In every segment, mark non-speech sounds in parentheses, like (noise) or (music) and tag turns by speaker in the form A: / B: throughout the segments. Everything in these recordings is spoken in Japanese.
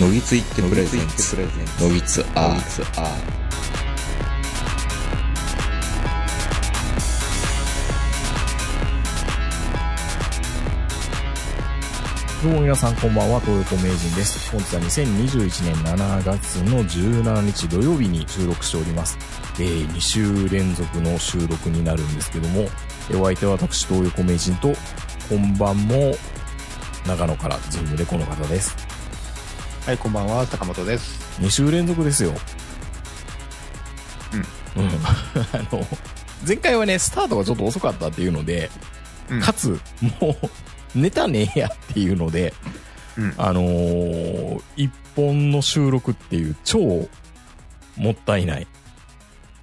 A: のぎついってプレゼン
B: ツ
A: ツ
B: プレゼン
A: のぎつアー
B: ツアー
C: どうも皆さんこんばんは、東横名人です。本日は2021年7月の17日土曜日に収録しております。えー、2週連続の収録になるんですけども、えーお相手は私、東横名人と、本番も長野からズームでこの方です。
D: はい、こんばんは、坂本です。
C: 2週連続ですよ。うん。 (laughs) うん。あの、前回はね、スタートがちょっと遅かったっていうので、
D: うん
C: かつ、もう、ネタねえやっていうので、
D: うん
C: あのー一本の収録っていう超もったいない。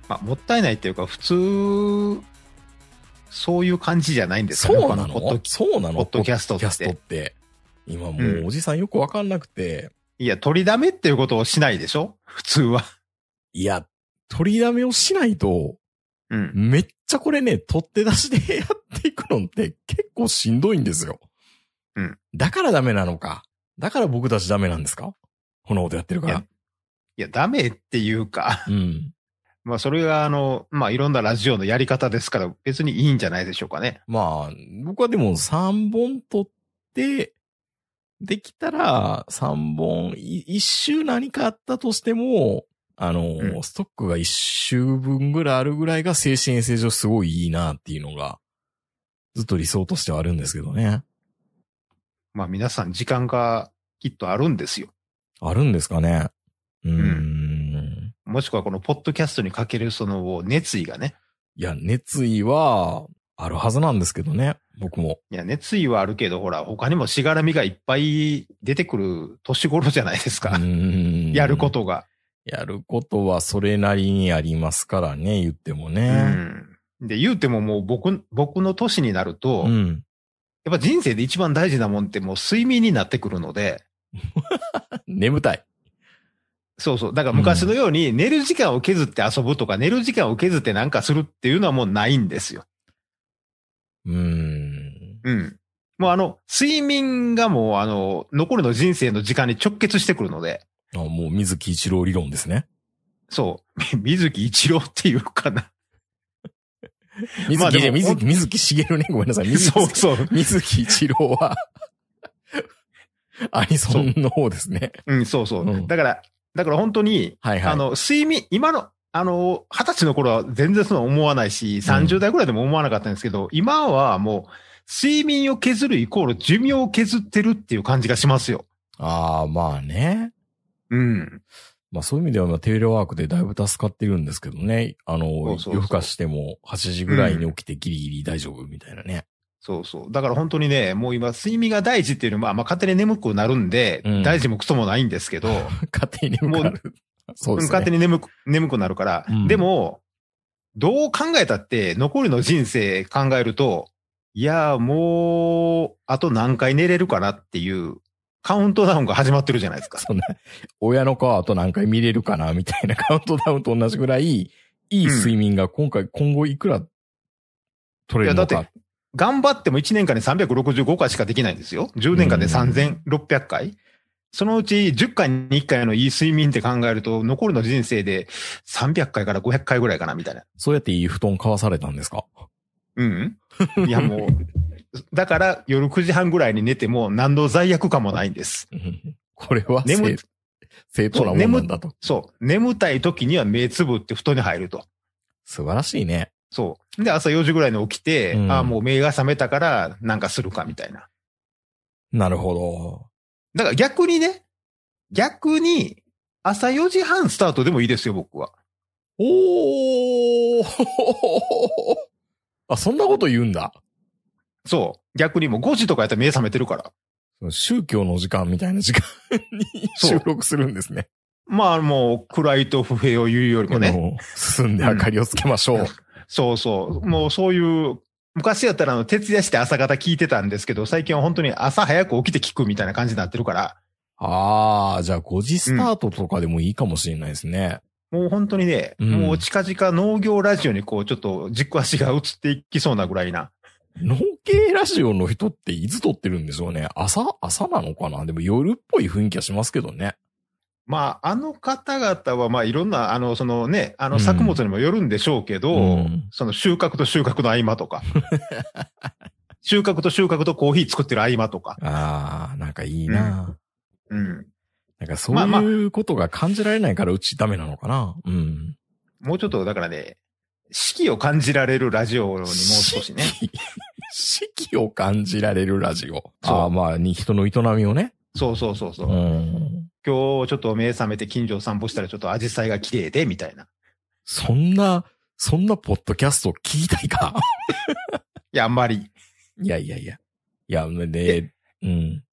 D: まあ、もったいないっていうか、普通、そういう感じじゃないんですよね
C: そう
D: こ
C: な
D: のポッ
C: の
D: ドキ
C: そうな
D: ポ
C: の
D: ッドキャスト
C: ポッドキャ
D: っ。
C: ストってて。今も
D: う
C: うんおじさんよくわかんなくて、
D: いや、取りだめっていうことをしないでしょ普通は。
C: いや、取りだめをしないと、
D: うん。
C: めっちゃこれね、取って出しでやっていくのって結構しんどいんですよ。
D: うん。
C: だからダメなのか。だから僕たちダメなんですかこんなことやってるか
D: いや
C: ら。、
D: いやダメっていうか、 (laughs)
C: うん。
D: まあ、それが、あの、まあ、いろんなラジオのやり方ですから、別にいいんじゃないでしょうかね。
C: まあ、僕はでも3本取って、できたら3本、1週何かあったとしても、あの、
D: うん
C: ストックが1週分ぐらいあるぐらいが精神衛生上すごいいいなっていうのが、ずっと理想としてはあるんですけどね。
D: まあ、皆さん、時間がきっとあるんですよ。
C: あるんですかね。うーん。、
D: うんもしくは、このポッドキャストにかける、その、熱意がね。
C: いや、熱意はあるはずなんですけどね。僕も。
D: いや、熱意はあるけど、ほら、他にもしがらみがいっぱい出てくる年頃じゃないです
C: う
D: か。
C: ーん
D: やるこ。とが。
C: やることはそれなりにありますからね、言っても
D: う
C: ね。
D: ん。で、言うてももう僕、僕の年になると、
C: う
D: やっぱ
C: ん
D: 人生で一番大事なもんってもう睡眠になってくるので、
C: 眠たい。
D: そうそう。だから昔のように寝る時間を削って遊ぶとか、寝る時間を削ってなんかするっていうのはもうないんですよ。
C: うーん。
D: うん。もうあの、睡眠がもうあの、残りの人生の時間に直結してくるので、
C: あ、もう水木一郎理論ですね。
D: そう。水木一郎っていうかな。
C: 水木、
D: まあでも
C: いや水木、水木しげるね。ごめんなさい。水木、
D: そうそう。
C: 水木一郎
D: (laughs)
C: は、アニソンの方ですね。
D: うん、そうそう。
C: うん
D: だから、だから本当に、
C: はいはい。
D: あの、睡眠、今の、あの、二十歳の頃は全然そう思わないし、30代ぐらいでも思わなかったんですけど、今はもう、睡眠を削るイコール寿命を削ってるっていう感じがしますよ。
C: ああ、まあね。
D: うん。
C: まあそういう意味では、まあテレワークでだいぶ助かってるんですけどね。あの、
D: そうそうそう
C: 夜更かしても8時ぐらいに起きてギリギリ大丈夫みたいなね。 (laughs)
D: そうそう。だから本当にね、もう今、睡眠が大事っていうのは、まあ、勝手に眠くなるんで、
C: うん
D: 大事もクソもないんですけ
C: (laughs)
D: ど、
C: 勝手に眠くなる。そう
D: うん
C: ですね。
D: 勝手に眠く、眠くなるから、
C: うん
D: でも、どう考えたって、残りの人生考えると、いやー、もう、あと何回寝れるかなっていう、カウントダウンが始まってるじゃないですか。
C: そんな、親の顔あと何回見れるかなみたいなカウントダウンと同じぐらい、いい睡眠が今回、今後いくら取れるの
D: いやだ
C: か。
D: 頑張っても1年間で365回しかできないんですよ。10年間で3600回。そのうち10回に1回のいい睡眠って考えると、残りの人生で300回から500回ぐらいかな、みたいな。
C: そうやっていい布団買わされたんですか (laughs)
D: うん。いや、もう、だから夜9時半ぐらいに寝ても何の罪悪感もないんです。
C: うんこれは
D: 眠
C: 正正当なもんなんだと。
D: そう。眠たい時には目つぶって布団に入ると。
C: 素晴らしいね。
D: そう。で、朝4時ぐらいに起きて、
C: うん
D: ああ、もう目が覚めたから、なんかするかみたいな。
C: なるほ
D: だから逆にね、逆に、朝4時半スタートでもいいですよ、僕は。
C: ど。おー (laughs) あ、そんなこと言うんだ。
D: そう。逆にもう5時とかやったら目覚めてるから。
C: 宗教の時間みたいな時間に
D: そう
C: (laughs) 収録するんですね。
D: まあもう、暗いと不平を言うよりもね。
C: もう進んで明かりをつけましょう。
D: そうそう。もうそういう、昔やったらあの、徹夜して朝方聞いてたんですけど、最近は本当に朝早く起きて聞くみたいな感じになってるから、
C: ああ、じゃあ5時スタートとかでもいいかもしれないですね。
D: もう本当にね、
C: うん
D: もう近々農業ラジオにこうちょっと軸足が移っていきそうなぐらいな。
C: 農系ラジオの人っていつ撮ってるんでしょうね。朝朝なのかなでも夜っぽい雰囲気はしますけどね。
D: まあ、あの方々は、まあ、いろんな、あの、そのね、あ
C: う
D: の、
C: ん
D: 作物にもよるんでしょうけど、
C: うん
D: その収穫と収穫の合間
C: (laughs)
D: とか、収穫と収穫とコーヒー作ってる合間とか、
C: ああ、なんかいいな、
D: うん。
C: なんかそ
D: まあまあ
C: ういうことが感じられないからうちダメなのかなうん。
D: もうちょっと、だからね、四季を感じられるラジオにもう少しね。
C: 四季を感じられるラジオ。
D: そう
C: ああ、まあ、に人の営みをね。
D: そうそうそうそう。
C: う
D: 今
C: ん。
D: 日ちょっと目覚めて近所を散歩したらちょっとアジサイが綺麗で、みたいな。
C: そんな、そんなポッドキャスト聞きたいか (laughs)
D: いや、あんまり。
C: いやいやいや。いや、ね、うん。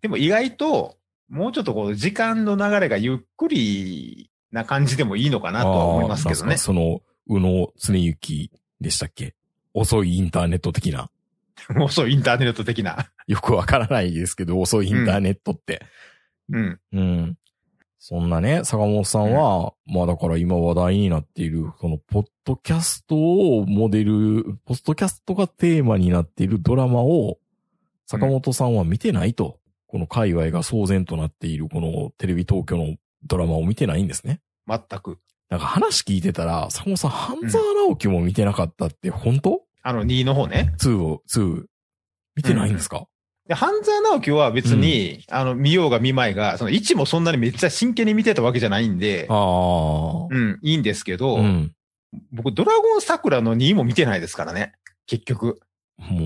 D: でも意外と、もうちょっとこう、時間の流れがゆっくりな感じでもいいのかなとは思いますけど
C: あーなん
D: ね
C: すか。その、宇野常之でしたっけ遅いインターネット的な。 (laughs)
D: もうそう、インターネット的な。
C: よくわからないですけど、遅いインターネットって。
D: うん。
C: うん。そんなね、坂本さんは、まあだから今話題になっている、この、ポッドキャストをモデル、ポッドキャストがテーマになっているドラマを、坂本さんは見てないと。この界隈が騒然となっている、このテレビ東京のドラマを見てないんですね。
D: 全く。
C: なんか話聞いてたら、坂本さん、半沢直樹も見てなかったって、本当
D: あの、2の方ね。
C: ?2 を、2、見てないんですか、
D: で、半沢直樹は別に、あの、見ようが見まいが、その1もそんなにめっちゃ真剣に見てたわけじゃないんで、
C: あ
D: うん、いいんですけど、
C: あ。うん。
D: 僕、ドラゴン桜の2も見てないですからね。結局。
C: もう、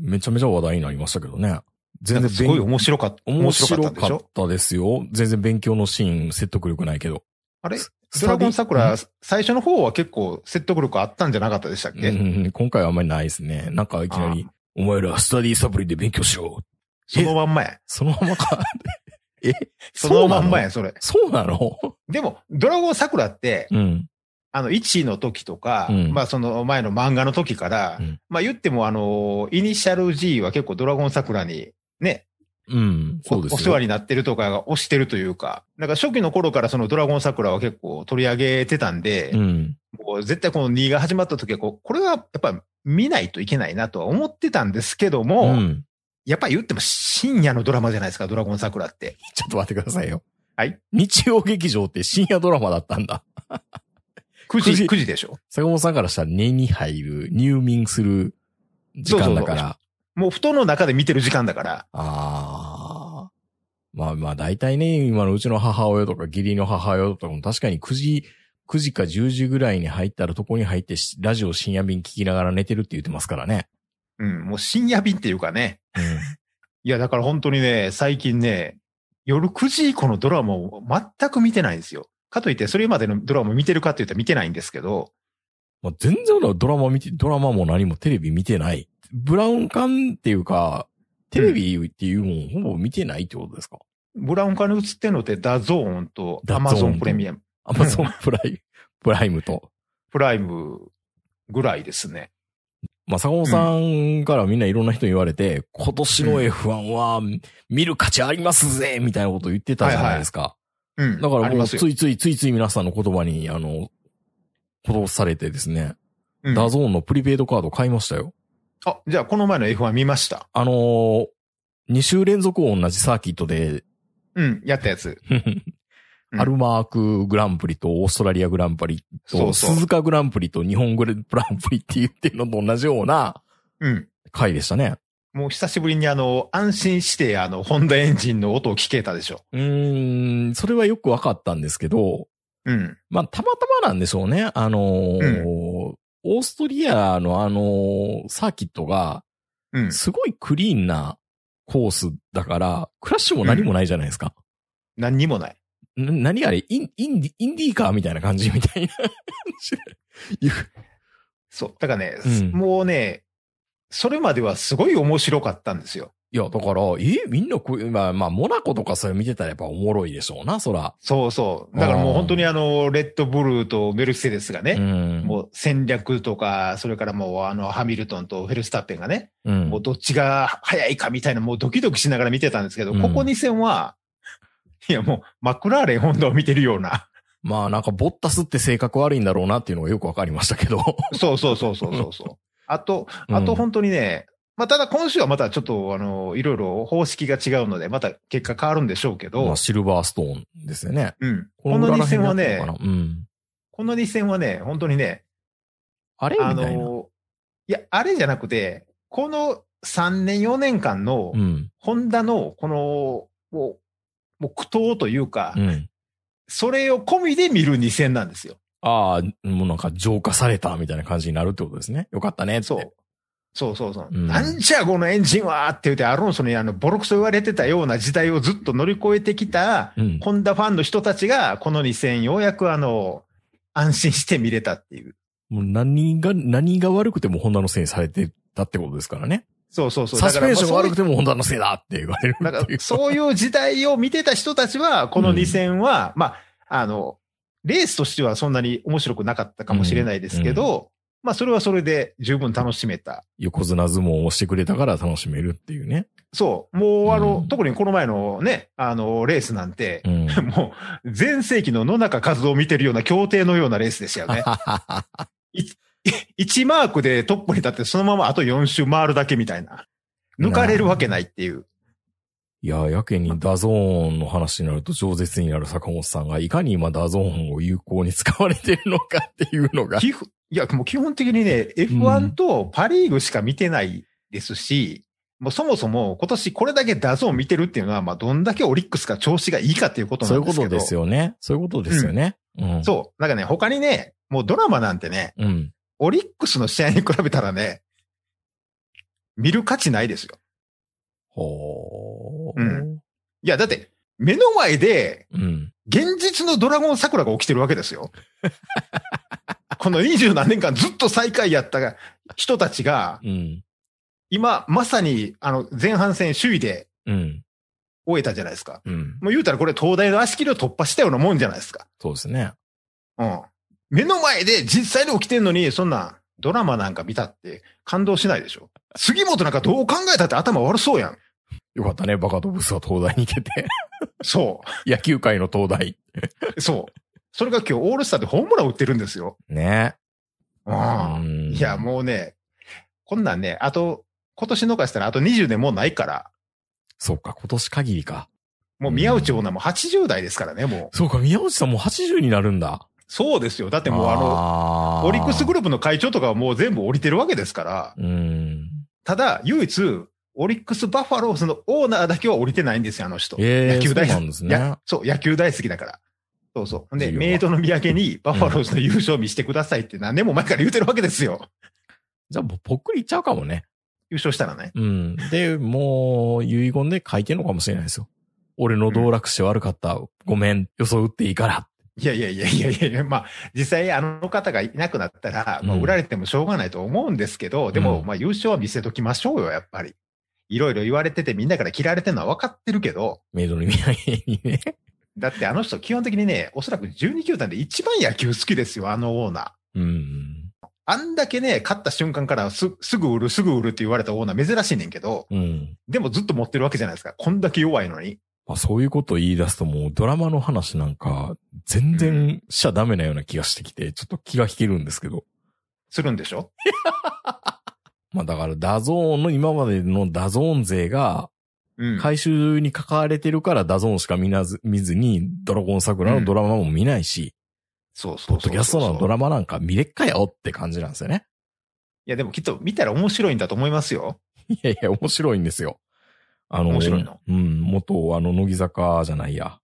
C: めちゃめちゃ話題になりましたけどね。
D: な
C: 全
D: んかすごい
C: 勉
D: 面白かった。面
C: 面
D: 白
C: 白
D: か
C: か
D: ったんでしょ
C: ったですよ。全然勉強のシーン説得力ないけど。
D: あれ
C: ス
D: ドラゴン
C: う
D: 桜
C: ん、
D: 最初の方は結構説得力あったんじゃなかったでしたっけ、
C: うん今回はあんまりないですね。なんかいきなり、お前らスタディサプリで勉強しろ。
D: そのまんまや。
C: そのままか。 (laughs) え
D: そのまんま
C: や。
D: や、それ。
C: そうなの
D: でも、ドラゴン桜って、
C: うん。
D: あの、1の時とか、
C: うん
D: まあその前の漫画の時から、
C: うん
D: まあ言ってもあの、イニシャル G は結構ドラゴン桜にね、
C: うん。
D: お
C: そうですよ。
D: お世話になってるとかが推してるというか、なんか初期の頃からそのドラゴン桜は結構取り上げてたんで、
C: うん。
D: もう絶対この2が始まった時はこう、これはやっぱ見ないといけないなとは思ってたんですけど
C: う
D: も、
C: ん。
D: やっぱり言っても深夜のドラマじゃないですか、ドラゴン桜って。
C: ちょっと待ってくださいよ。
D: はい。
C: 日曜劇場って深夜ドラマだったんだ。
D: 9
C: 九
D: 時、
C: 時
D: 9時でしょ。
C: 坂本さんからしたら寝に入る、入眠する時間
D: そ
C: だから。
D: うそうそうもう布団の中で見てる時間だから、
C: ああ。まあまあ、大体ね、今のうちの母親とか義理の母親とかも確かに9時、9時か10時ぐらいに入ったらとこに入ってし、ラジオ深夜便聞きながら寝てるって言ってますからね。
D: うん、もう深夜便っていうかね。
C: うん。
D: いや、だから本当にね、最近ね、夜9時以降のドラマを全く見てないんですよ。かといって、それまでのドラマ見てるかって言ったら見てないんですけど、
C: まあ、全然ドラマ見て、ドラマも何もテレビ見てない。ブラウン管っていうか、テレビっていうもんほぼ見てないってことですか、
D: ブラウン管に映ってるのってダゾーンとア
C: ダゾーン
D: マゾンプレミアム、
C: アマゾンプライ、プライムと。
D: プライムぐらいですね。
C: まあ、坂本さんからみんないろんな人に言われて、今年の F1 は見る価値ありますぜみたいなこと言ってたじゃないですか。
D: うん。
C: だか
D: あ
C: ら
D: り
C: もう
D: ますよ
C: ついついついつい皆さんの言葉に、あの、殺されてですね、
D: うん
C: ダゾーンのプリペイドカード買いましたよ。
D: あ、じゃあこの前の F1 見ました。
C: あのー、2週連続同じサーキットで、
D: うん、やったやつ。ん
C: アルマークグランプリとオーストラリアグランプリ
D: そ
C: と
D: うそう
C: 鈴鹿グランプリと日本グランプリって言ってるのと同じような
D: うん。
C: 回でしたね。
D: もう久しぶりにあの、安心してあの、ホンダエンジンの音を聞けたでしょ。
C: うーん、それはよくわかったんですけど、
D: うん。
C: まあ、たまたまなんでしょうね。あのーオーストリアのあのーサーキットが、
D: うん。
C: すごいクリーンなコースだから、クラッシュも何もないじゃないですか。
D: 何にもない。
C: な何あれインインディ、インディーカーみたいな感じみたいないう
D: そう。だからね、
C: うん
D: もうね、それまではすごい面白かったんですよ。
C: (laughs) いや、だから、え、みんなこう、まあ、まあ、モナコとかそれ見てたらやっぱおもろいでしょうな、そら。
D: そうそう。だからもう本当にあの、レッドブルーとメルセデスが
C: う
D: ね、
C: ん。
D: もう戦略とか、それからもうあの、ハミルトンとフェルスタッペンがね、
C: うん
D: もうどっちが早いかみたいな、もうドキドキしながら見てたんですけど、
C: うん
D: ここ2戦
C: (laughs)
D: は、いやもう、マクラーレン本田を見てるような。
C: まあ、なんか、ボッタスって性格悪いんだろう
D: (laughs)
C: (laughs) なっていうのがよくわかりましたけど。
D: そうそうそうそうそうそう。あと、
C: うん
D: あと本当にね、まあ、ただ今週はまたちょっと、あの、いろいろ方式が違うので、また結果変わるんでしょうけ
C: ま
D: ど
C: あ、、シルバーストーンですよね。
D: うん。この
C: 裏
D: 2
C: ら辺
D: 戦は
C: だった
D: ね
C: の、かなうん。
D: この2戦はね、本当にね、
C: あれみた
D: あ
C: いな。
D: の、いや、あれじゃなくて、この3年、4年間の
C: う、ん。
D: ホンダの、この、もう、もう苦闘というか、
C: うん。
D: それを込みで見る2戦なんですよ。
C: ああ、もうなんか浄化されたみたいな感じになるってことですね。よかったねって。
D: そう。そうそうそう。
C: うん
D: なんじゃこのエンジンはって言って、アロンソにあの、ボロクソ言われてたような時代をずっと乗り越えてきた、
C: うん。
D: ホンダファンの人たちが、この2戦、ようやくあの、安心して見れたっていう。
C: もう何が、何が悪くてもホンダのせいにされてたってことですからね。
D: そうそうそう。
C: サスペンション
D: だからま
C: 悪く
D: あ
C: てもホンダのせいだって言われ
D: そ
C: る
D: ういうだ
C: っ
D: か
C: ていう
D: ら、。そういう時代を見てた人たちは、この
C: うん
D: 2戦は、まあ、あの、レースとしてはそんなに面白くなかったかもしれないですけど、まあ、それはそれで十分楽しめた
C: 横綱相撲をしてくれたから楽しめるっていうね。
D: そう。もう、あの、
C: うん
D: 特にこの前のね、あの、レースなんて
C: う、ん。
D: (laughs) もう、前世紀の野中和夫を見てるような競艇のようなレースでしたよ
C: (laughs)
D: ね。1マークでトップに立って、そのままあと4周回るだけみたいな。抜かれるわけないっていう。
C: (laughs) いや、やけにダゾーンの話になると饒舌になる坂本さんが、いかに今ダゾーンを有効に使われてるのかっていうのが。
D: 基本いや、もう基本的にね、F1 とパリーグしか見てないですし、もうそもそも今年これだけダゾーン見てるっていうのは、まあどんだけオリックスが調子がいいかっていうこと
C: そ
D: な
C: うい
D: んで
C: うこ
D: すけど。
C: とですよね。そういうことですよね。うん。
D: そう。なんかね、他にね、もうドラマなんてね、
C: う。うん。
D: オリックスの試合に比べたらね、見る価値ないですよ。
C: ほ
D: う
C: ー。
D: いや、だって、目の前で、
C: うん。
D: 現実のドラゴン桜が起きてるわけですよ。この二十何年間ずっと最下位やった人たちが、
C: うん。
D: 今、まさに、あの、前半戦首位で
C: うん。
D: 終えたじゃないですか。
C: うん。
D: もう言うたらこれ東大の足切りを突破したようなもんじゃないですか。
C: そうですね。
D: うん。目の前で実際に起きてんのに、そんなドラマなんか見たって感動しないでしょ。杉本なんかどう考えたって頭悪そうやん。
C: よかったね。バカとブスは東大に行けて。 (laughs)
D: そう。
C: 野球界の東大。
D: そう。それが今日オールスターでホームラン打ってるんですよ。
C: ね。
D: あ
C: うん
D: いや、もうね、こんなんね、あと、今年逃したらあと20年もうないから、
C: そうか、今年限りか。
D: もう宮内オーナーも80代ですからね、もう。
C: そうか、宮内さんもう80になるんだ。
D: そうですよ。だってもうあの、
C: の
D: オリックスグループの会長とかはもう全部降りてるわけですから、
C: うん。
D: ただ、唯一、オリックスバファローズのオーナーだけは降りてないんですよ、あの人。
C: ええ
D: 野球大
C: そう
D: 好
C: な
D: き、
C: んです
D: いや
C: ね。
D: そう、野球大好きだから。そうそう。で、
C: いいよ
D: メイドの土産にバファローズの優勝見してくださいって何年も前から言うてるわけですよ。
C: (laughs) じゃあ、もうぽっくりいっちゃうかもね。
D: 優勝したらね。
C: うん。で、もう、遺言で書いてんのかもしれないですよ。俺の道楽して悪かった。ごめん。予想打っていいから。
D: いやいやいやいやいやいや、まあ、実際あの方がいなくなったら、まあ、
C: うん
D: 売られてもしょうがないと思うんですけど、で
C: う
D: も、
C: ん
D: まあ、優勝は見せときましょうよ、やっぱり。いろいろ言われててみんなから嫌われてるのは分かってるけど、
C: メイドの土産にね。
D: だってあの人基本的にね、おそらく12球団で一番野球好きですよ、あのオーナー。
C: うん。
D: あんだけね、勝った瞬間からすすぐ売る、すぐ売るって言われたオーナー珍しいねんけど、
C: うん。
D: でもずっと持ってるわけじゃないですか。こんだけ弱いのに。
C: まあ、そういうことを言い出すともうドラマの話なんか全然しちゃダメなような気がしてきて、ちょっと気が引けるんですけど。
D: するんでしょ
C: まあだからダゾーンの今までのダゾーン勢が
D: うん。
C: 回収に関われてるからダゾーンしか見なず、見ずにドラゴン桜のドラマも見ないし、
D: そうそ
C: ポ
D: う
C: ッ
D: そうそ
C: ド
D: う。
C: キャストのドラマなんか見れっかよって感じなんですよね。
D: いや、でもきっと見たら面白いんだと思いますよ。
C: いやいや、面白いんですよ。あの、
D: 面白いの
C: うん、元あの、乃木坂じゃないや。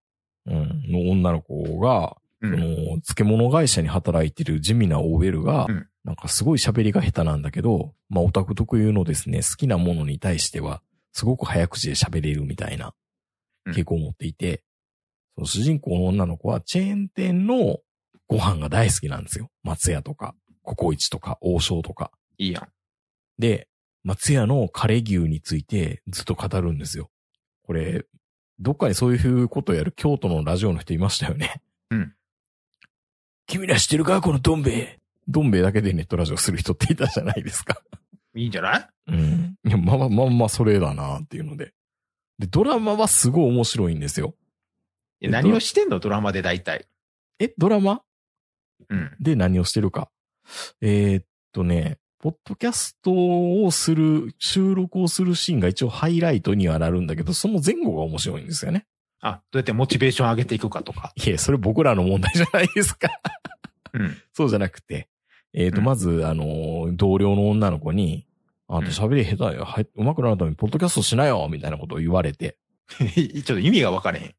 C: うん、の女の子が、
D: う
C: そ
D: ん。
C: の、漬物会社に働いてる地味な OL が、
D: うん
C: なんかすごい喋りが下手なんだけど、まあオタク特有のですね、好きなものに対しては、すごく早口で喋れるみたいな
D: うん
C: 傾向を持っていて、その主人公の女の子はチェーン店のご飯が大好きなんですよ。松屋とか、ココイチとか、王将とか。
D: いいやん。
C: で、松屋のカレー牛についてずっと語るんですよ。これ、どっかにそういうことをやる京都のラジオの人いましたよね。
D: うん。
C: 君ら知ってるかこのどん兵衛。どん兵衛だけでネットラジオする人っていたじゃないですか。
D: いいんじゃない
C: うん。いや、まあまあまあまあ、それだなっていうので。で、ドラマはすごい面白いんですよ。
D: え何をしてんのドラマで大体。
C: え、ドラマ
D: うん。
C: で何をしてるか。えーっとね、ポッドキャストをする、収録をするシーンが一応ハイライトにはなるんだけど、その前後が面白いんですよね。
D: あ、どうやってモチベーション上げていくかとか。
C: いえ、それ僕らの問題じゃないですか。 (laughs)
D: うん。
C: そうじゃなくて、えっ、と、
D: うん
C: まず、あのー、同僚の女の子に、あんた喋り下手よ、はい、上手くなるためにポッドキャストしなよみたいなことを言われて、
D: ちょっと意味が分かれへん。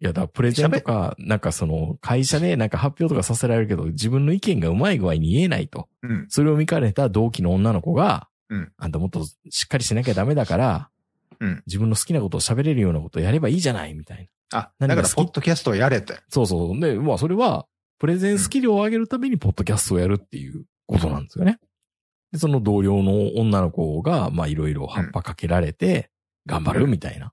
C: いや、だからプレゼンとか、なんかその、会社でなんか発表とかさせられるけど、自分の意見がうまい具合に言えないと。
D: うん。
C: それを見かねた同期の女の子が、
D: うん
C: あんたもっとしっかりしなきゃダメだから、
D: うん
C: 自分の好きなことを喋れるようなことをやればいいじゃないみたいな。
D: あ、だ
C: 何
D: か
C: が好き
D: ら、ポッドキャストをやれと。
C: そうそう。で、まあそれは、プレゼンスキルを上げるためにポッドキャストをやるっていうことなんですよね。で、その同僚の女の子が、まあいろいろ葉っぱかけられて、頑張るみたいな。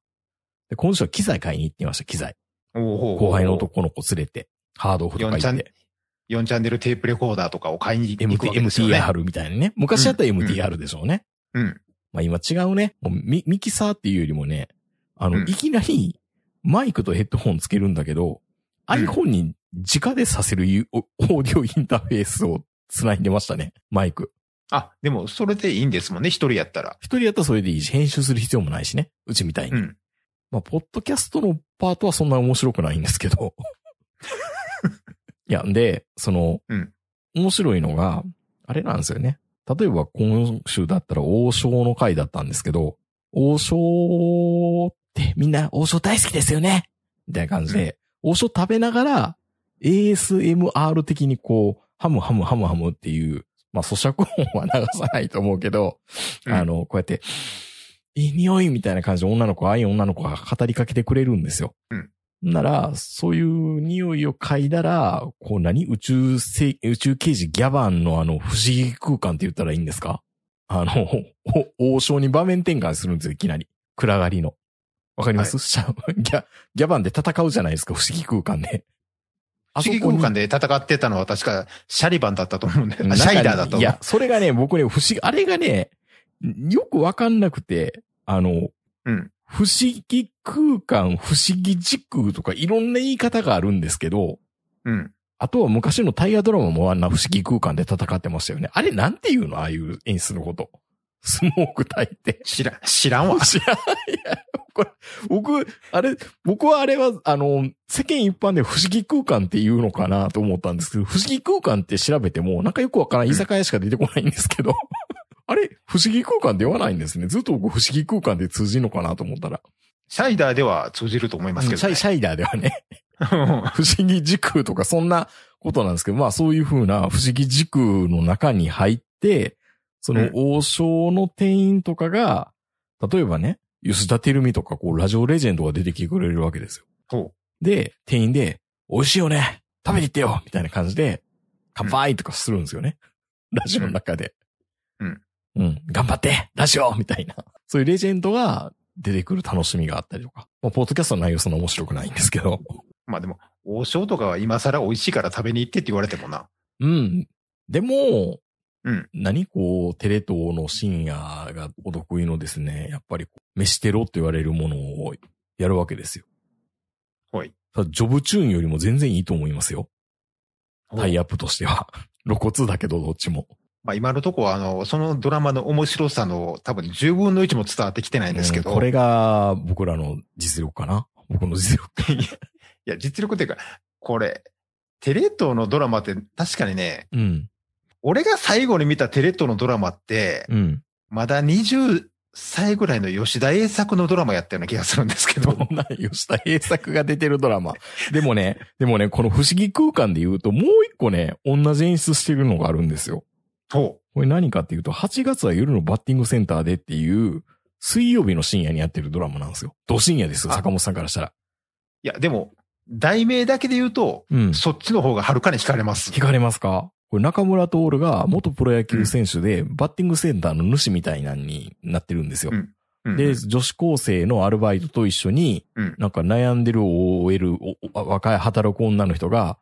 C: で、今週は機材買いに行ってみました、機材。
D: お
C: 後輩の。男の子連れて、ハードオフとか
D: 四
C: 行
D: チャ
C: っ
D: ン
C: て、
D: 4チャンネルテープレコーダーとかを買いに行
C: MT
D: くわけですよね。
C: MTR みたいなね。昔だったら
D: うん
C: MTR でしょうね。
D: うん。
C: まあ今違うね。もうミミキサーっていうよりもね、あの、
D: うん
C: いきなりマイクとヘッドホンつけるんだけど、
D: うん
C: iPhone に直でさせるゆオオーディオインターフェースを繋いでましたね。マイク。
D: あ、でも、それでいいんですもんね、一人やったら。
C: 一人やったらそれでいいし、編集する必要もないしね。うちみたいに。
D: うん。
C: まあ、ポッドキャストのパートはそんな面白くないんです
D: (laughs)
C: けど。いや、で、その、
D: うん
C: 面白いのが、あれなんですよね。例えば今週だったら王将の回だったんですけど、王将ってみんな王将大好きですよねみたいな感じで、王将食べながら ASMR 的にこう、ハムハムハムハムっていう、まあ咀嚼音は流さないと思うけど、
D: うん
C: あの、こうやって、いい匂いみたいな感じで女の子、ああいう女の子が語りかけてくれるんですよ。
D: うん
C: なら、そういう匂いを嗅いだら、こう何宇宙せ、宇宙刑事ギャバンのあの、不思議空間って言ったらいいんですかあの、お王将に場面転換するんですよ、いきなり。暗がりの。わかります、シャ (laughs) ギャ、ギャバンで戦うじゃないですか、不思議空間で。あ
D: 不思議
C: そこ
D: 空
C: に
D: 間で戦ってたのは確かシャリバンだったと思うんだよ。あ
C: なん
D: シ
C: か
D: ャイダーだと
C: い
D: 思う
C: や。、それがね、僕ね、不思議、あれがね、よくわかんなくて、あの、
D: うん
C: 不思議空間、不思議時空とかいろんな言い方があるんですけど、
D: うん。
C: あとは昔のタイヤドラマもあんな不思議空間で戦ってましたよね。あれなんていうのああいう演出のこと。スモーク焚いて。
D: 知らん、知らんわ。
C: 知らない。い (laughs) やこれ僕、あれ、僕はあれは、あの、世間一般で不思議空間っていうのかなと思ったんですけど、不思議空間って調べても、なんかよくわからない居酒屋しか出てこないんですけど、 (laughs) あれ、不思議空間ではないんですね。ずっと僕、不思議空間で通じるのかなと思ったら。
D: シャイダーでは通じると思いますけ
C: シ
D: ど、
C: ャイ
D: ね。
C: シャイダーではね、
D: うん
C: (laughs) 不思議時空とかそんなことなんですけど、まあそういうふうな不思議時空の中に入って、その王将の店員とかが、例えばね、吉田照美とかこうラジオレジェンドが出てきてくれるわけですよ。
D: ほ
C: で、店員で、美味しいよね食べに行ってよみたいな感じで、乾杯とかするんですよね。ラジオの中で。
D: うん。
C: うん。頑張ってラジオみたいな。そういうレジェンドが出てくる楽しみがあったりとか。まあ、ポッドキャストの内容そんな面白くないんですけど。
D: う。まあでも、王将とかは今更美味しいから食べに行ってって言われてもな。
C: うん。でも、
D: うん
C: 何こう、テレ東の深夜がお得意のですね、やっぱりこう、飯テロって言われるものをやるわけですよ。
D: はい。
C: ただジョブチューンよりも全然いいと思いますよ。タイアップとしては。 (laughs) 露骨だけど、どっちも。
D: まあ今のとこは、あの、そのドラマの面白さの多分10分の1も伝わってきてないんですけど。
C: うんこれが僕らの実力かな。僕の
D: (laughs)
C: 実力。
D: いや、実力というか、これ、テレ東のドラマって確かにね、
C: うん。
D: 俺が最後に見たテレ東のドラマって、
C: うん。
D: まだ20歳ぐらいの吉田栄作のドラマやったような気がするんですけ
C: ど (laughs)
D: ど。
C: んな吉田栄作が出てるドラマ。でもね、でもね、この不思議空間で言うと、もう一個ね、同じ演出してるのがあるんですよ。
D: ほ
C: これ何かっていうと、8月は夜のバッティングセンターでっていう、水曜日の深夜にやってるドラマなんですよ。ど深夜ですよ、
D: あ
C: 坂本さんからしたら。
D: う。いや、でも、題名だけで言うと、
C: うん。
D: そっちの方がはるかに惹かれます。
C: 聞かれますかこれ中村徹が元プロ野球選手で、バッティングセンターの主みたいなんになってるんですよ。
D: うん
C: で、女子高生のアルバイトと一緒に
D: うん、
C: なんか悩んでる OL、おお若い働く女の人が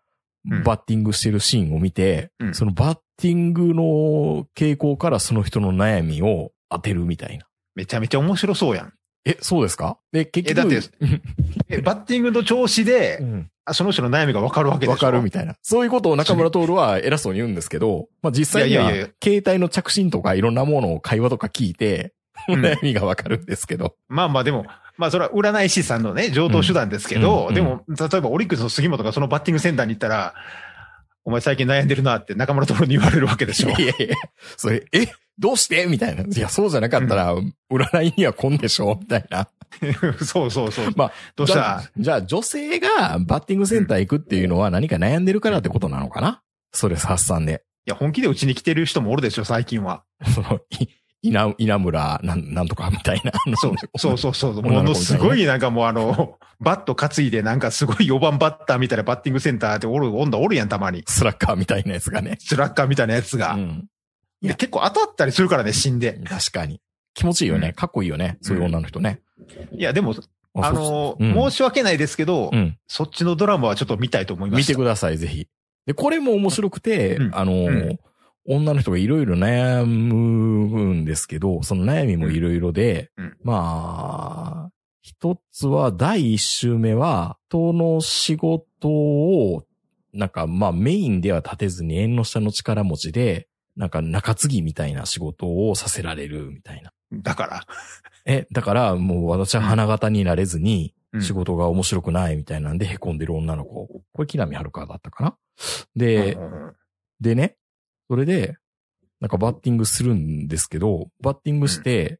D: うん、
C: バッティングしてるシーンを見て、
D: うん
C: そのバッティングの傾向からその人の悩みを当てるみたいな。
D: めちゃめちゃ面白そうやん。
C: え、そうですかで、結
D: え、
C: 局。
D: だって、えバッティングの調子で
C: う、ん
D: あその人の悩みがわかるわけでしょ。
C: わかるみたいな。そういうことを中村徹は偉そうに言うんですけど、まあ実際にはい
D: やいやいや、
C: 携帯の着信とかいろんなものを会話とか聞いて、
D: うん
C: 悩みがわかるんですけど。
D: まあまあでも、まあそれは占い師さんのね、上等手段ですけど、
C: うん
D: でも、例えばオリックスの杉本がそのバッティングセンターに行ったら、お前最近悩んでるなって中村徹に言われるわけでしょ。
C: いやいやそれ、えどうしてみたいな。いや、そうじゃなかったら、占いには来んでしょみたいな。
D: (laughs) そうそうそう。
C: まあ、
D: どうした
C: じゃあ、女性がバッティングセンター行くっていうのは何か悩んでるからってことなのかなそれ発散で。 (laughs)
D: いや、本気でうちに来てる人もおるでしょ、最近は。
C: その、い、稲、稲村、なん、なんとかみたいな。あの
D: そう、そうそうそう。
C: 女の子みたいな
D: ものすごいなんかもうあの、 (laughs) バット担いでなんかすごい4番バッターみたいなバッティングセンターっておる、女おるやん、たまに。
C: スラッガーみたいなやつがね。
D: スラッガーみたいなやつが。
C: うん。
D: で結構当たったりするからね、死んで。
C: 確かに。気持ちいいよ
D: う
C: ね。
D: ん
C: かっこいいよね。そういう女の人ね。
D: いや、でも、あ
C: そう
D: の、
C: うん
D: 申し訳ないですけど、
C: うん。
D: そっちのドラマはちょっと見たいと思いま
C: 見
D: した。
C: てください、ぜひ。で、これも面白くて、
D: うん
C: あの、
D: ん
C: 女の人がいろいろ悩むんですけど、その悩みもいろいろで、
D: うんうん
C: まあ、一つは、第一週目は、人の仕事を、なんか、まあ、メインでは立てずに縁の下の力持ちで、なんか、中継ぎみたいな仕事をさせられるみたいな。
D: だから。
C: え、だから、もう私は花形になれずに、
D: うん
C: 仕事が面白くないみたいなんで凹んでる女の子。これ、木南遥だったかなで、
D: うん
C: でね、それで、なんかバッティングするんですけど、バッティングして、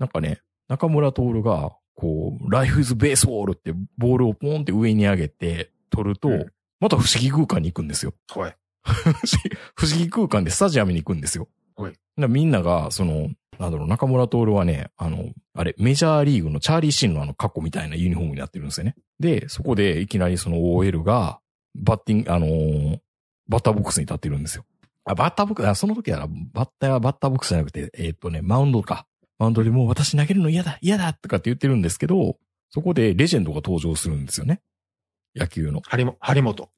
C: なんかね、中村徹が、こう、Life is Baseball ってボールをポンって上に上げて取ると、
D: うん
C: また不思議空間に行くんですよ。
D: おい。
C: (laughs) 不思議空間でスタジアムに行くんですよ。
D: はい
C: だみんなが、その、なんだろう、中村徹はね、あの、あれ、メジャーリーグのチャーリー・シンのあの、過去みたいなユニフォームになってるんですよね。で、そこでいきなりその OL が、バッティング、あのーバッターボックスに立ってるんですよ。あ、バッターボックス、あ、その時はバッターはバッターボックスじゃなくて、えーっとね、マウンドか。マウンドでもう私投げるの嫌だ、嫌だとかって言ってるんですけど、そこでレジェンドが登場するんですよね。野球の。
D: 張本。張本。
C: (laughs)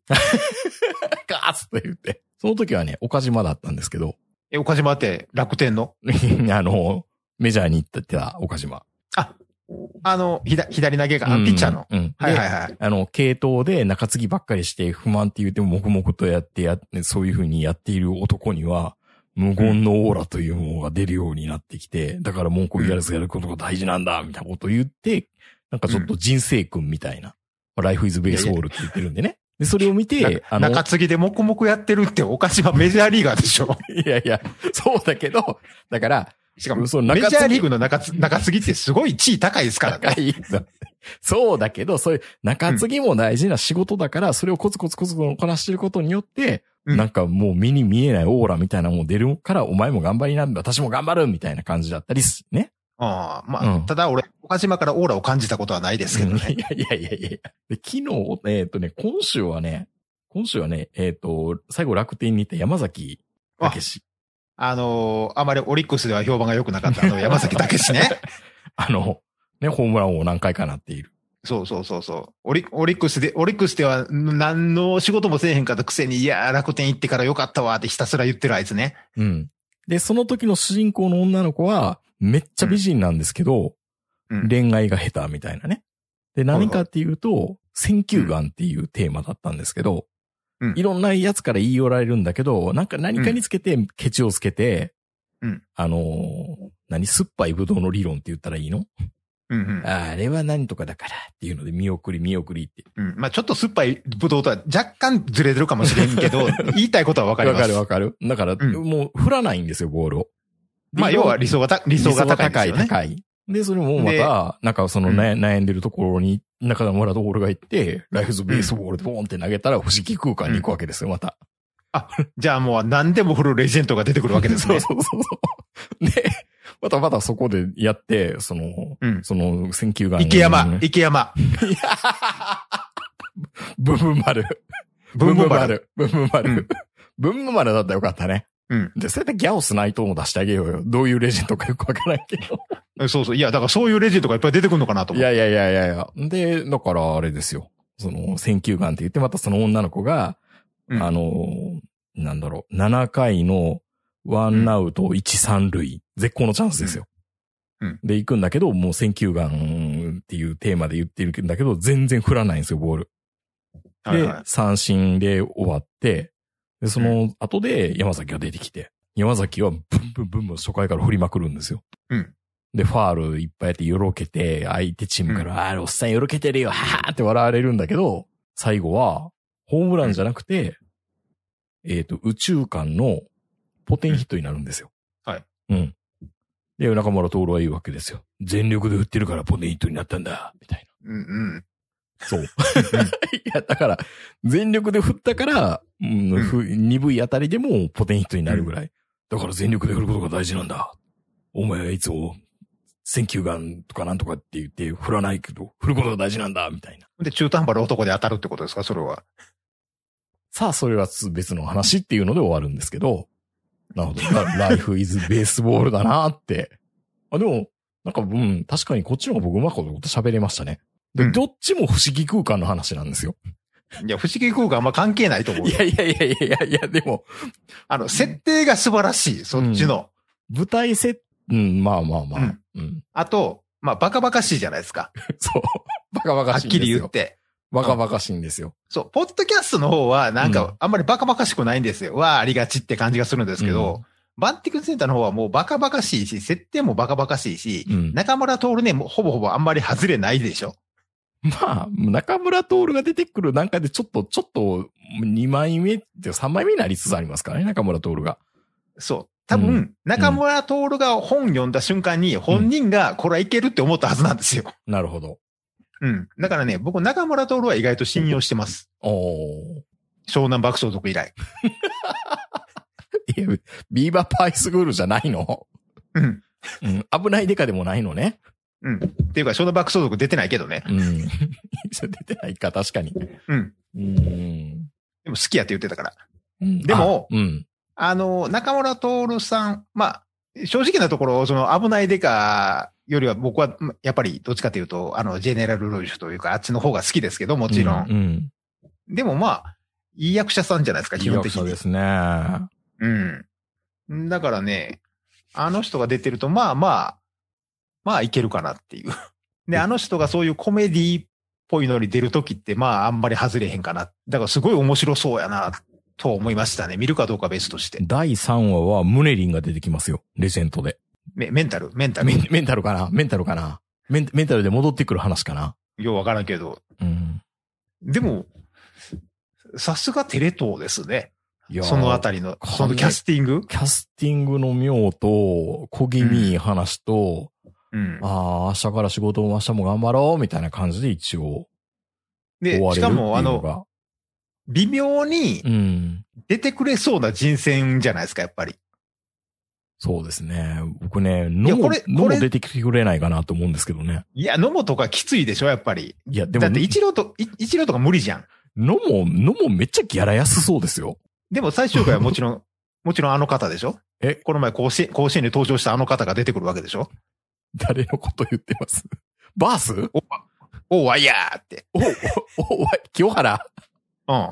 C: ガーッと言って。その時はね、岡島だったんですけど、
D: え、岡島って楽天の。
C: (laughs) あの、メジャーに行ってた岡島。
D: あ、あの、ひだ左投げが、あピッチャーの。
C: うん。うん
D: はいはい
C: で
D: はい。
C: あの、系統で中継ぎばっかりして不満って言っても黙々とやってやって、そういう風にやっている男には、無言のオーラというものが出るようになってきて、だから文句を言わずやることが大事なんだ、みたいなことを言って、なんかちょっと人生君みたいな。ライフイズベースボールって言ってるんでね。で、それを見て、
D: な中継ぎで黙々やってるって、岡島メジャーリーガーでし
C: (laughs)
D: ょ。
C: いやいや、そうだけど、だから、
D: しかも、
C: その
D: メジャーリー
C: グ
D: グの中継中継ぎってすごい地位高いです
C: (laughs)
D: からね。
C: 高い。そうだけど、そういう中継ぎも大事な仕事だから、それをコツコツコツコツこなしてることによって、
D: うん
C: なんかもう目に見えないオーラみたいなのも出るから、お前も頑張りなんだ、私も頑張るみたいな感じだったりす、ね。
D: ああまあ、
C: うん
D: ただ俺、岡島からオーラを感じたことはないですけどね。
C: いやいやいやいやで昨日、えっ、とね、今週はね、今週はね、えっ、と、最後楽天に行った山崎武史。
D: あのーあまりオリックスでは評判が良くなかったあの山崎武史ね。
C: あの、ね、ホームランを何回かなっている。
D: そうそうそうそう。オリオリックスで、オリックスでは何の仕事もせえへんかったくせに、いやー、楽天行ってから良かったわってひたすら言ってるあいつね。
C: うん。で、その時の主人公の女の子は、めっちゃ美人なんですけど、
D: うん
C: 恋愛が下手みたいなね。で、
D: はい
C: 何かっていうと、選球眼っていうテーマだったんですけど、
D: うん
C: いろんなやつから言い寄られるんだけど、なんか何かにつけて、ケチをつけて、
D: うん
C: あのー何、酸っぱいブドウの理論って言ったらいいの、
D: うんうん。
C: あれは何とかだからっていうので、見送り見送りって。
D: うん、まあちょっと酸っぱいブドウとは若干ずれてるかもしれんけ
C: (laughs)
D: ど、言いたいことはわかり
C: わ
D: ます。
C: かるわかる。だから、
D: うん
C: もう振らないんですよ、ボールを。
D: まあ要は理想がた、理想が高いんですよね。
C: 高い、高い。で、それもまた、なんかその
D: うん
C: 悩悩んでるところに、中田村と俺が行って、ライフズベースボールでボーンって投げたら、不思議空間に行くわけですよ、また。
D: じゃあもう何でも振るレジェンドが出てくるわけです
C: そう
D: ね。
C: (laughs) そうそうそう。で、またまたそこでやって、その、
D: うん
C: その、選球眼
D: 池山、池山、
C: ブンブン丸。
D: ブンブン丸。。
C: ブンブン
D: う
C: 丸
D: ん。
C: ブンブン丸だったらよかったね。
D: うん。
C: で、それでギャオス内藤も出してあげようよ。どういうレジェンドかよくわからんけど。
D: そうそう。いや、だからそういうレジェンドがいっぱい出てくるのかなと
C: い
D: 思う。
C: やいやいやいやいや。で、だからあれですよ。その、選球眼って言って、またその女の子が、
D: うん
C: あの、なんだろう、7回のワンアウト1、三塁、絶好のチャンスですよ。
D: うんうん
C: で、行くんだけど、もう選球眼っていうテーマで言ってるんだけど、全然振らないんですよ、ボール。
D: はい
C: で
D: はい、。
C: 三振で終わって、で、その後で山崎が出てきて、山崎はブンブンブンブン初回から振りまくるんですよ。
D: うん。
C: で、ファールいっぱいやってよろけて、相手チームから、あれ、おっさんよろけてるよ、ははーって笑われるんだけど、最後は、ホームランじゃなくて、えっ、と、宇宙間のポテンヒットになるんですよ。
D: うんはい。
C: うん。で、中村徹は言うわけですよ。全力で振ってるからポテンヒットになったんだ、みたいな。
D: うんうん。
C: そう。い (laughs) や、だから、全力で振ったから、うん
D: うん
C: ふ鈍いあたりでもポテンヒットになるぐらい。だから全力で振ることが大事なんだ。お前はいつも、選球眼とかなんとかって言って振らないけど、振ることが大事なんだ、みたいな。
D: で、中途半端な男で当たるってことですか、それは。
C: さあ、それは別の話っていうので終わるんですけど、なるほど。 (laughs) ラライフイズベースボールだなって。あ、でも、なんか、うん、確かにこっちの方が僕うまくこと喋れましたね。で、
D: うん
C: どっちも不思議空間の話なんですよ。
D: いや、不思議空間あんま関係ないと思う
C: い。やいやいやいやいや、でも、
D: あの、設定が素晴らしい、そっちの。
C: 舞台セット、うん、まあまあまあ。う
D: うんん。 (laughs)
C: うん、
D: あと、まあ、バカバカしいじゃないですか。
C: そう。バカバ
D: は
C: カ
D: っ
C: しいんです
D: き
C: よ。
D: り言って。
C: バカバカしいんですよ。
D: そう、ポッドキャストの方は、なん
C: う
D: か
C: ん、
D: あんまりバカバカしくないんですよ。わあ、ありがちって感じがするんですけど、バンティックセンターの方はもうバカバカしいし、設定もバカバカしいし、
C: うん。
D: 中村徹ね、もうほぼほぼあんまり外れないでしょ。
C: まあ、中村徹が出てくるなんかでちょっと、ちょっと、2枚目って3枚目になりつつありますからね、中村徹が。
D: そう。多分、
C: う
D: 中村徹が本読んだ瞬間に、本人がこれはいけるって思ったはずなんですよ。
C: なるほど。
D: うん。だからね、僕、中村徹は意外と信用してます。
C: おー。
D: 湘南爆笑族以来。
C: いやビーバーパイスグールじゃないの、
D: うん。
C: うん、危ないデカでもないのね。
D: うん。っていうか、湘南爆笑族出てないけどね。
C: うん。出てないか、確かに。
D: うん。
C: うん。
D: でも好きやって言ってたから。
C: うん
D: でも
C: あうん。
D: あの、中村徹さん、まあ、正直なところ、その危ないデカよりは僕は、まやっぱりどっちかというと、あの、ジェネラルロージュというか、あっちの方が好きですけど、もちろん。
C: うん。うん
D: でもまあ、いい役者さんじゃないですか、基本的
C: いい役者
D: に
C: で。すね。
D: うん。だからね、あの人が出てると、まあまあ、まあいけるかなっていう。 (laughs) で、あの人がそういうコメディっぽいのに出るときって、まああんまり外れへんかな。だからすごい面白そうやな、と思いましたね。見るかどうかは別として。
C: 第3話はムネリンが出てきますよ。レジェンドで。
D: メメンタル、メンタル
C: メ。ンメンタルかなメンタルかなメンメンタルで戻ってくる話かな
D: ようわからんけど。
C: うん。
D: でも、さすがテレ東ですね。
C: いやー
D: そのあたりの、
C: かなり
D: そのキャスティング。
C: キャスティングの妙と、小気味いい話と、
D: うん。
C: ああ、明日から仕事も明日も頑張ろう、みたいな感じで一応
D: で
C: 終わ、
D: し
C: れるっ
D: か
C: ていうの
D: も、
C: が。
D: あの、微妙に
C: うん。
D: 出てくれそうな人選じゃないですか、やっぱり。
C: そうですね。僕ね、
D: い
C: の
D: や
C: も
D: これ、
C: の
D: こ
C: も
D: れ
C: 出てきてくれないかなと思うんですけどね。
D: いや、野茂とかきついでしょ、やっぱり。
C: いや、でも
D: だっ、て、一郎と、い一郎とか無理じゃん。
C: のも、のもめっちゃギャラ安そうですよ。
D: でも最終回はもちろん、もちろんあの方でしょ
C: え
D: この前甲子園、甲子園に登場したあの方が出てくるわけでしょ
C: 誰のこと言ってます (laughs) バース
D: おおわいやーって。
C: お、お、お、清原
D: うん。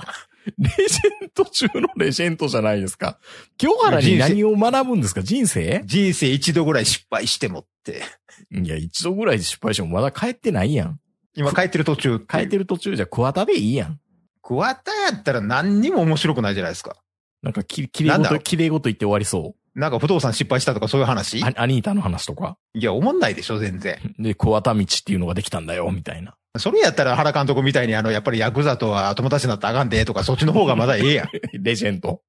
C: レジェンド中のレジェンドじゃないですか。清原に何を学ぶんですか人生
D: 人生一度ぐらい失敗してもって。
C: いや、一度ぐらい失敗してもまだ帰ってないやん。
D: 今帰ってる途中っていう。
C: 帰ってる途中じゃ桑田でいいやん。
D: 桑田やったら何にも面白くないじゃないですか。
C: なんかき、きれいご
D: なん
C: と、
D: だ
C: きれいごと言って終わりそ
D: なんか不動産失敗したとかそういう話
C: う。あアニータの話とか。
D: いや、思んないでしょ、全然。
C: で、桑田道っていうのができたんだよ、みたいな。 (laughs)
D: それやったら原監督みたいに、あの、やっぱりヤクザとは友達になったらあかんで、とか、そっちの方がまだええやん。
C: レジェンド。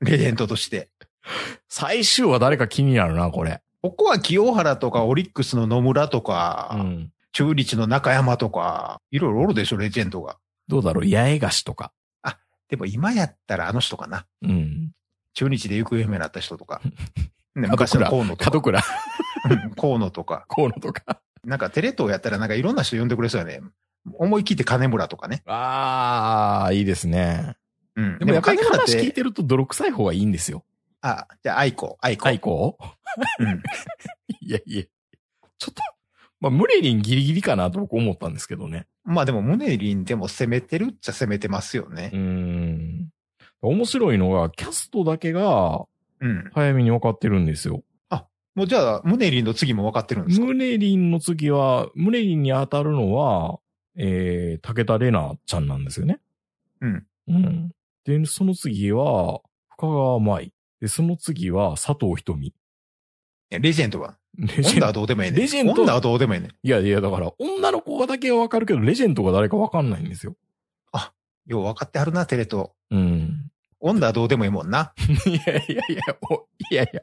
D: レジェンドとして。
C: 最終は誰か気になるな、これ。
D: ここは清原とかオリックスの野村とか、
C: うん。
D: 中日の中山とか、いろいろおるでしょ、レジェンドが。
C: どうだろう八重樫とか。
D: でも今やったらあの人かな。
C: うん。
D: 中日で行方不明になった人と
C: (laughs)
D: か。ね、昔の河野とか。
C: 門倉、 (laughs)
D: うん河野とか。
C: 河野とか。
D: なんかテレ東やったらなんかいろんな人呼んでくれそうやね。思い切って金村とかね。
C: あー、いいですね。
D: うん。
C: でもやっぱり
D: 金村っ
C: 話聞い
D: て、
C: てると泥臭い方がいいんですよ。
D: あ、じゃあ愛子、愛子。
C: はい、こう
D: うん。
C: (laughs) いやいや。ちょっと、まあ、ムレリンギリギリかなと僕思ったんですけどね。
D: まあでも、ムネリンでも攻めてるっちゃ攻めてますよ
C: う
D: ね。
C: ーん。面白いのが、キャストだけが
D: うん。
C: 早めに分かってるんですよ。
D: もうじゃあ、ムネリンの次も分かってるんですか
C: ムネリンの次は、ムネリンに当たるのは、えー、武田玲奈ちゃんなんですよね。
D: うん。
C: うん。で、その次は、深川舞。で、その次は、佐藤瞳。
D: やレジェンドは。
C: レ
D: オ
C: ジ
D: ンダーは
C: ェンド。
D: どうでもええねん。
C: レジェンド
D: オンダーはどうでもええねん。
C: いやいや、だから、女の子だけはわかるけど、レジェンドが誰かわかんないんですよ。
D: よう分かってはるな、テレ東。
C: うん。
D: オンダーどうでもええもんな。
C: (laughs) いやいやいや、おいやいや、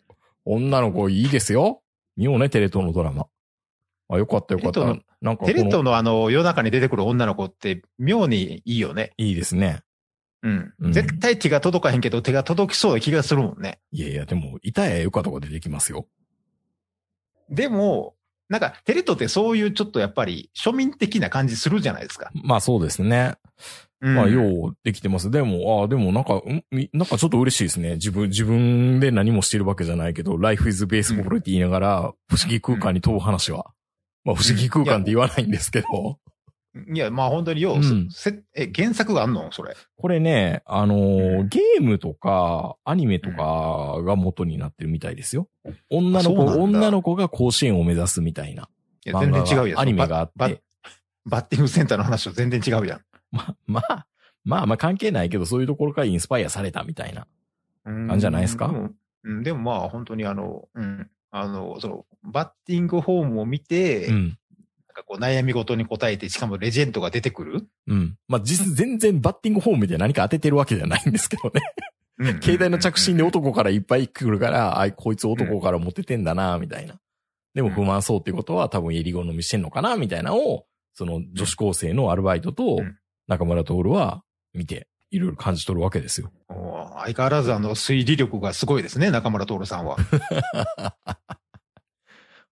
C: 女の子いいですよ。見ようね、テレ東のドラマ。あ、よかったよかった。
D: テレ
C: な
D: 東
C: んかこ
D: テレ東
C: の、
D: のあの、世の中に出てくる女の子って妙にいいよね。
C: いいですね。
D: うん。
C: うん
D: 絶対手が届かへんけど、手が届きそうな気がするもんね。
C: いやいや、でも、板谷由香とか出てきますよ。
D: でも、なんか、テレ東ってそういうちょっとやっぱり庶民的な感じするじゃないですか。
C: まあそうですね。
D: うん
C: まあ、ようできてます。でも、ああ、でもなんか、うんみなんかちょっと嬉しいですね。自分、自分で何もしてるわけじゃないけど、Life is Baseball って言いながら、不思議空間に飛ぶ話は。まあ、不思議空間って言わないんですけど。
D: いや、まあ本当によう、
C: うん
D: せえ、原作があんのそれ。
C: これね、あのー
D: うん
C: ゲームとか、アニメとかが元になってるみたいですよ。女の子、
D: あそうなんだ
C: 女の子が甲子園を目指すみたいない
D: や、
C: 漫
D: 全
C: 画
D: 然
C: が。
D: 違うやん。
C: アニメがあっ
D: バ
C: て。
D: バッティングセンターの話と全然違うやん。
C: ま、まあ、まあまあ関係ないけど、そういうところからインスパイアされたみたいな。
D: うん
C: なんじゃないですか
D: もうん、でもまあ本当にあの、うん、あの、その、バッティングフォームを見て、
C: う
D: なん
C: ん。
D: かこう悩み事に答えて、しかもレジェンドが出てくる。
C: うん。まあ、実、全然バッティングフォームで何か当ててるわけじゃないんですけどね。
D: うん
C: 携帯の着信で
D: うん
C: 男からいっぱい来るから、あい、こいつ男からモテてんだな、みたいな。でも不満そうってことは多分襟好みしてんのかな、みたいなのを、その女子高生のアルバイトと
D: うん
C: 中村徹は見て、いろいろ感じ取るわけですよ。
D: おー相変わらずあの推理力がすごいですね、中村徹さん
C: (laughs)
D: は。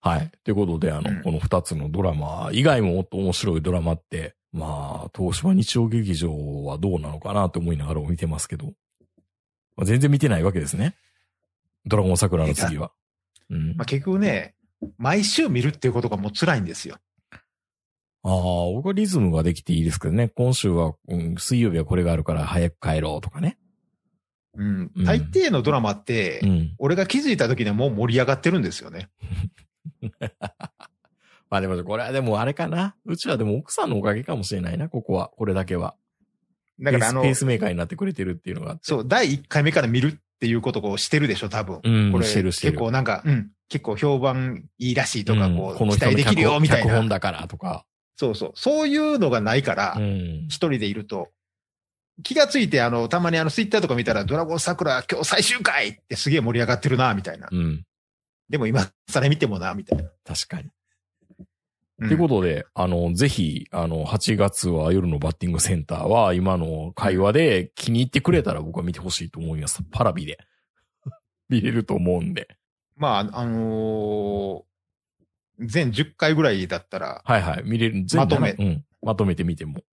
C: はい。ということで、あの、
D: うん
C: この二つのドラマ以外ももっと面白いドラマって、まあ、東芝日曜劇場はどうなのかなと思いながらも見てますけど、まあ、全然見てないわけですね。ドラゴン桜の次は。うん。
D: まあ、
C: あ
D: 結局ね、毎週見るっていうことがもう辛いんですよ。
C: あー、僕はリズムができていいですけどね。今週は、うん、水曜日はこれがあるから早く帰ろうとかね。
D: うん
C: うん。
D: 大抵のドラマって、
C: うん。
D: 俺が気づいた時にはもう盛り上がってるんですよね。
C: まあでも、これはでもあれかな。うちはでも奥さんのおかげかもしれないな、ここは。これだけは。
D: だからあ
C: ペース
D: の
C: ペ、ースメーカーになってくれてるっていうのがあって。
D: そう、第1回目から見るっていうことをしてるでしょ、多分。
C: うん、
D: これ
C: してるしてる。
D: 結構なんか、うん、結構評判いいらしいとか、
C: うん
D: こう、
C: この
D: 期
C: 人の
D: 待できるよ、みたい
C: 脚本
D: な。
C: だからとか。
D: そうそう。そういうのがないから、
C: うん
D: 一人でいると、気がついて、あの、たまにあの、ツイッターとか見たら、ドラゴン桜今日最終回ってすげえ盛り上がってるな、みたいな。
C: うん。
D: でも今、それ見てもな、みたいな。
C: 確かに。
D: うん
C: ということで、あの、ぜひ、あの、8月は夜のバッティングセンターは、今の会話で気に入ってくれたら僕は見てほしいと思います。パラビで。 (laughs) 見れると思うんで。
D: まあ、あのー全10回ぐらいだったら、
C: はいはい。見れる。
D: まとめ
C: うん。まとめてみても。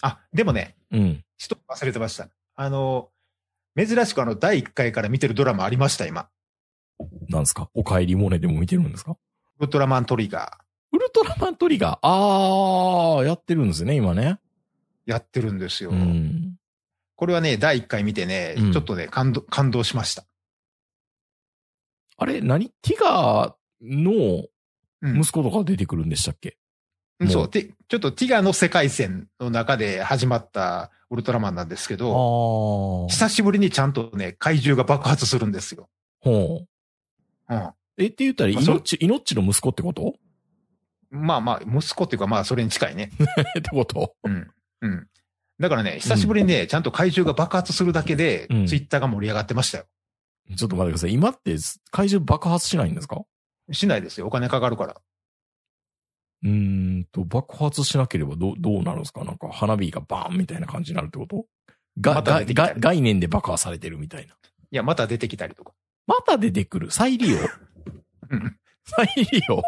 D: あ、でもね、
C: うん。
D: ちょっと忘れてました。あのー珍しくあの、第1回から見てるドラマありました、今。
C: なんですかお帰りモネでも見てるんですか
D: ウルトラマントリガ
C: ウルトラマントリガー。あー、やってるんですね、今ね。
D: ーやってるんですよ。
C: うん。
D: これはね、第1回見てね、
C: うん
D: ちょっとね、感動、感動しました。
C: あれ、何ティガーの
D: うん。
C: 息子とか出てくるんでしたっけ
D: そ
C: もう
D: う。てちょっとティガの世界線の中で始まったウルトラマンなんですけ
C: あ
D: ど、
C: ー。
D: 久しぶりにちゃんとね、怪獣が爆発するんですよ。
C: ほう。
D: うん。
C: え、って言ったら、
D: まあそ
C: 命、命の息子ってこと (laughs)
D: まあまあ、息子っていうかまあ、それに近いね。
C: ってこと
D: うん。うん。だからね、久しぶりにね、ちゃんと怪獣が爆発するだけで、
C: うん
D: ツイッターが盛り上がってましたよ。
C: ちょっと待ってください。今って怪獣爆発しないんですか
D: しないですよ。お金かかるから。
C: うーんと、爆発しなければどう、どうなるんですかなんか花火がバーンみたいな感じになるってことが、
D: また
C: が
D: 出てきた
C: が概念で爆破されてるみたいな。
D: いや、また出てきたりとか。
C: また出てくる。再利用
D: うん。
C: (laughs) 再利用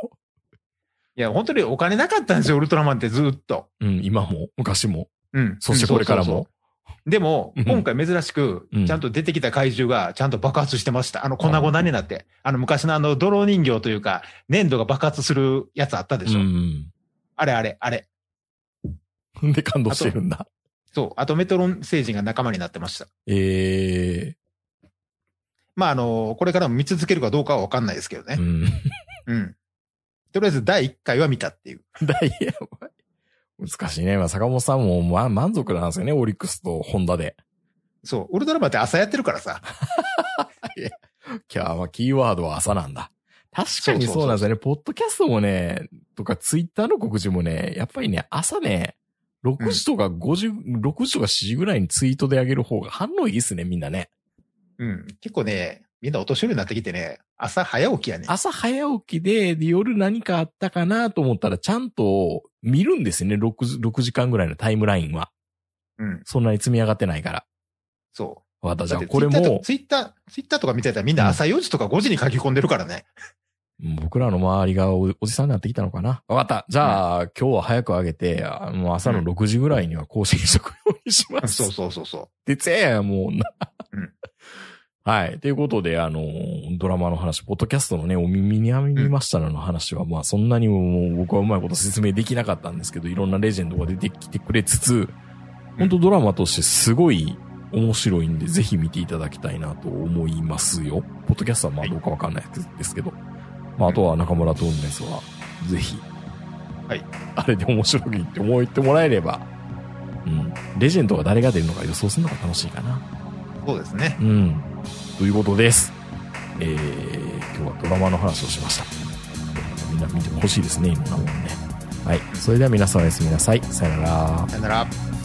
D: いや、本当にお金なかったんですよ、ウルトラマンってずっと。
C: うん、今も、昔も、
D: うん。
C: そしてこれから
D: そうそうそう
C: も。
D: でも
C: うん、
D: 今回珍しく
C: うん、
D: ちゃんと出てきた怪獣がちゃんと爆発してました。あの、粉々になって。あの、昔のあの、泥人形というか、粘土が爆発するやつあったでしょ。あれあれ、あれ。
C: うん。 (laughs) で、感動してるんだ。
D: そう。あと、メトロン星人が仲間になってました。
C: え
D: まあ、あの、これからも見続けるかどうかはわかんないですけど
C: えー。う
D: ね。 (laughs)
C: ん。
D: うん。とりあえず、第1回は見たっていう。
C: ダイヤ難しいね。まあ、坂本さんも、まあ、満足なんですよね。オリックスとホンダで。
D: そう。俺ドラマって朝やってるからさ。
C: キャー、まあ、キーワードは朝なんだ。確かに
D: そうそうそう
C: そうなんですよね。ポッドキャストもね、とかツイッターの告知もね、やっぱりね、朝ね、6時とか5時、6時とか7時ぐらいにツイートで上げる方が反応いいっすね、みんなね。
D: うん。結構ね、みんなお年寄りになってきてね、朝早起きやね。
C: 朝早起きで、で夜何かあったかなと思ったら、ちゃんと見るんですよね、6時、6時間ぐらいのタイムラインは。
D: うん。
C: そんなに積み上がってないから。
D: そ
C: わかっ
D: う。
C: たじゃあ
D: だって
C: これも、
D: ツイッターと、ツイッター、ツイッターとか見てたらみんな朝4時とか5時に書き込んでるから
C: (laughs)
D: ね。
C: 僕らの周りがおおじさんになってきたのかな。わかった。じゃあ、今日は早く上げて、あもう朝の
D: うん
C: 6時ぐらいには更新しとくようにします。
D: そうそうそうそう。
C: で、せやもうな。
D: うん
C: はい。ということで、あの、ドラマの話、ポッドキャストのね、お耳に編みましたらの話は、まあ、そんなにももう僕はうまいこと説明できなかったんですけど、いろんなレジェンドが出てきてくれつつ、本当ドラマとしてすごい面白いんで、ぜひ見ていただきたいなと思いますよ。ポッドキャストはまあどうかわかんないですけど、まあ、あとは中村トーンネスは、ぜひ、
D: はい。
C: あれで面白いって思ってもらえれば、うん。レジェンドが誰が出るのか予想するのが楽しいかな。
D: そうですね。
C: うん。ということです。えー、今日はドラマの話をしました。みんな見てほしいですね、いろんなもんね。はい。それでは皆さんおやすみなさい。さよなら。
D: さよなら。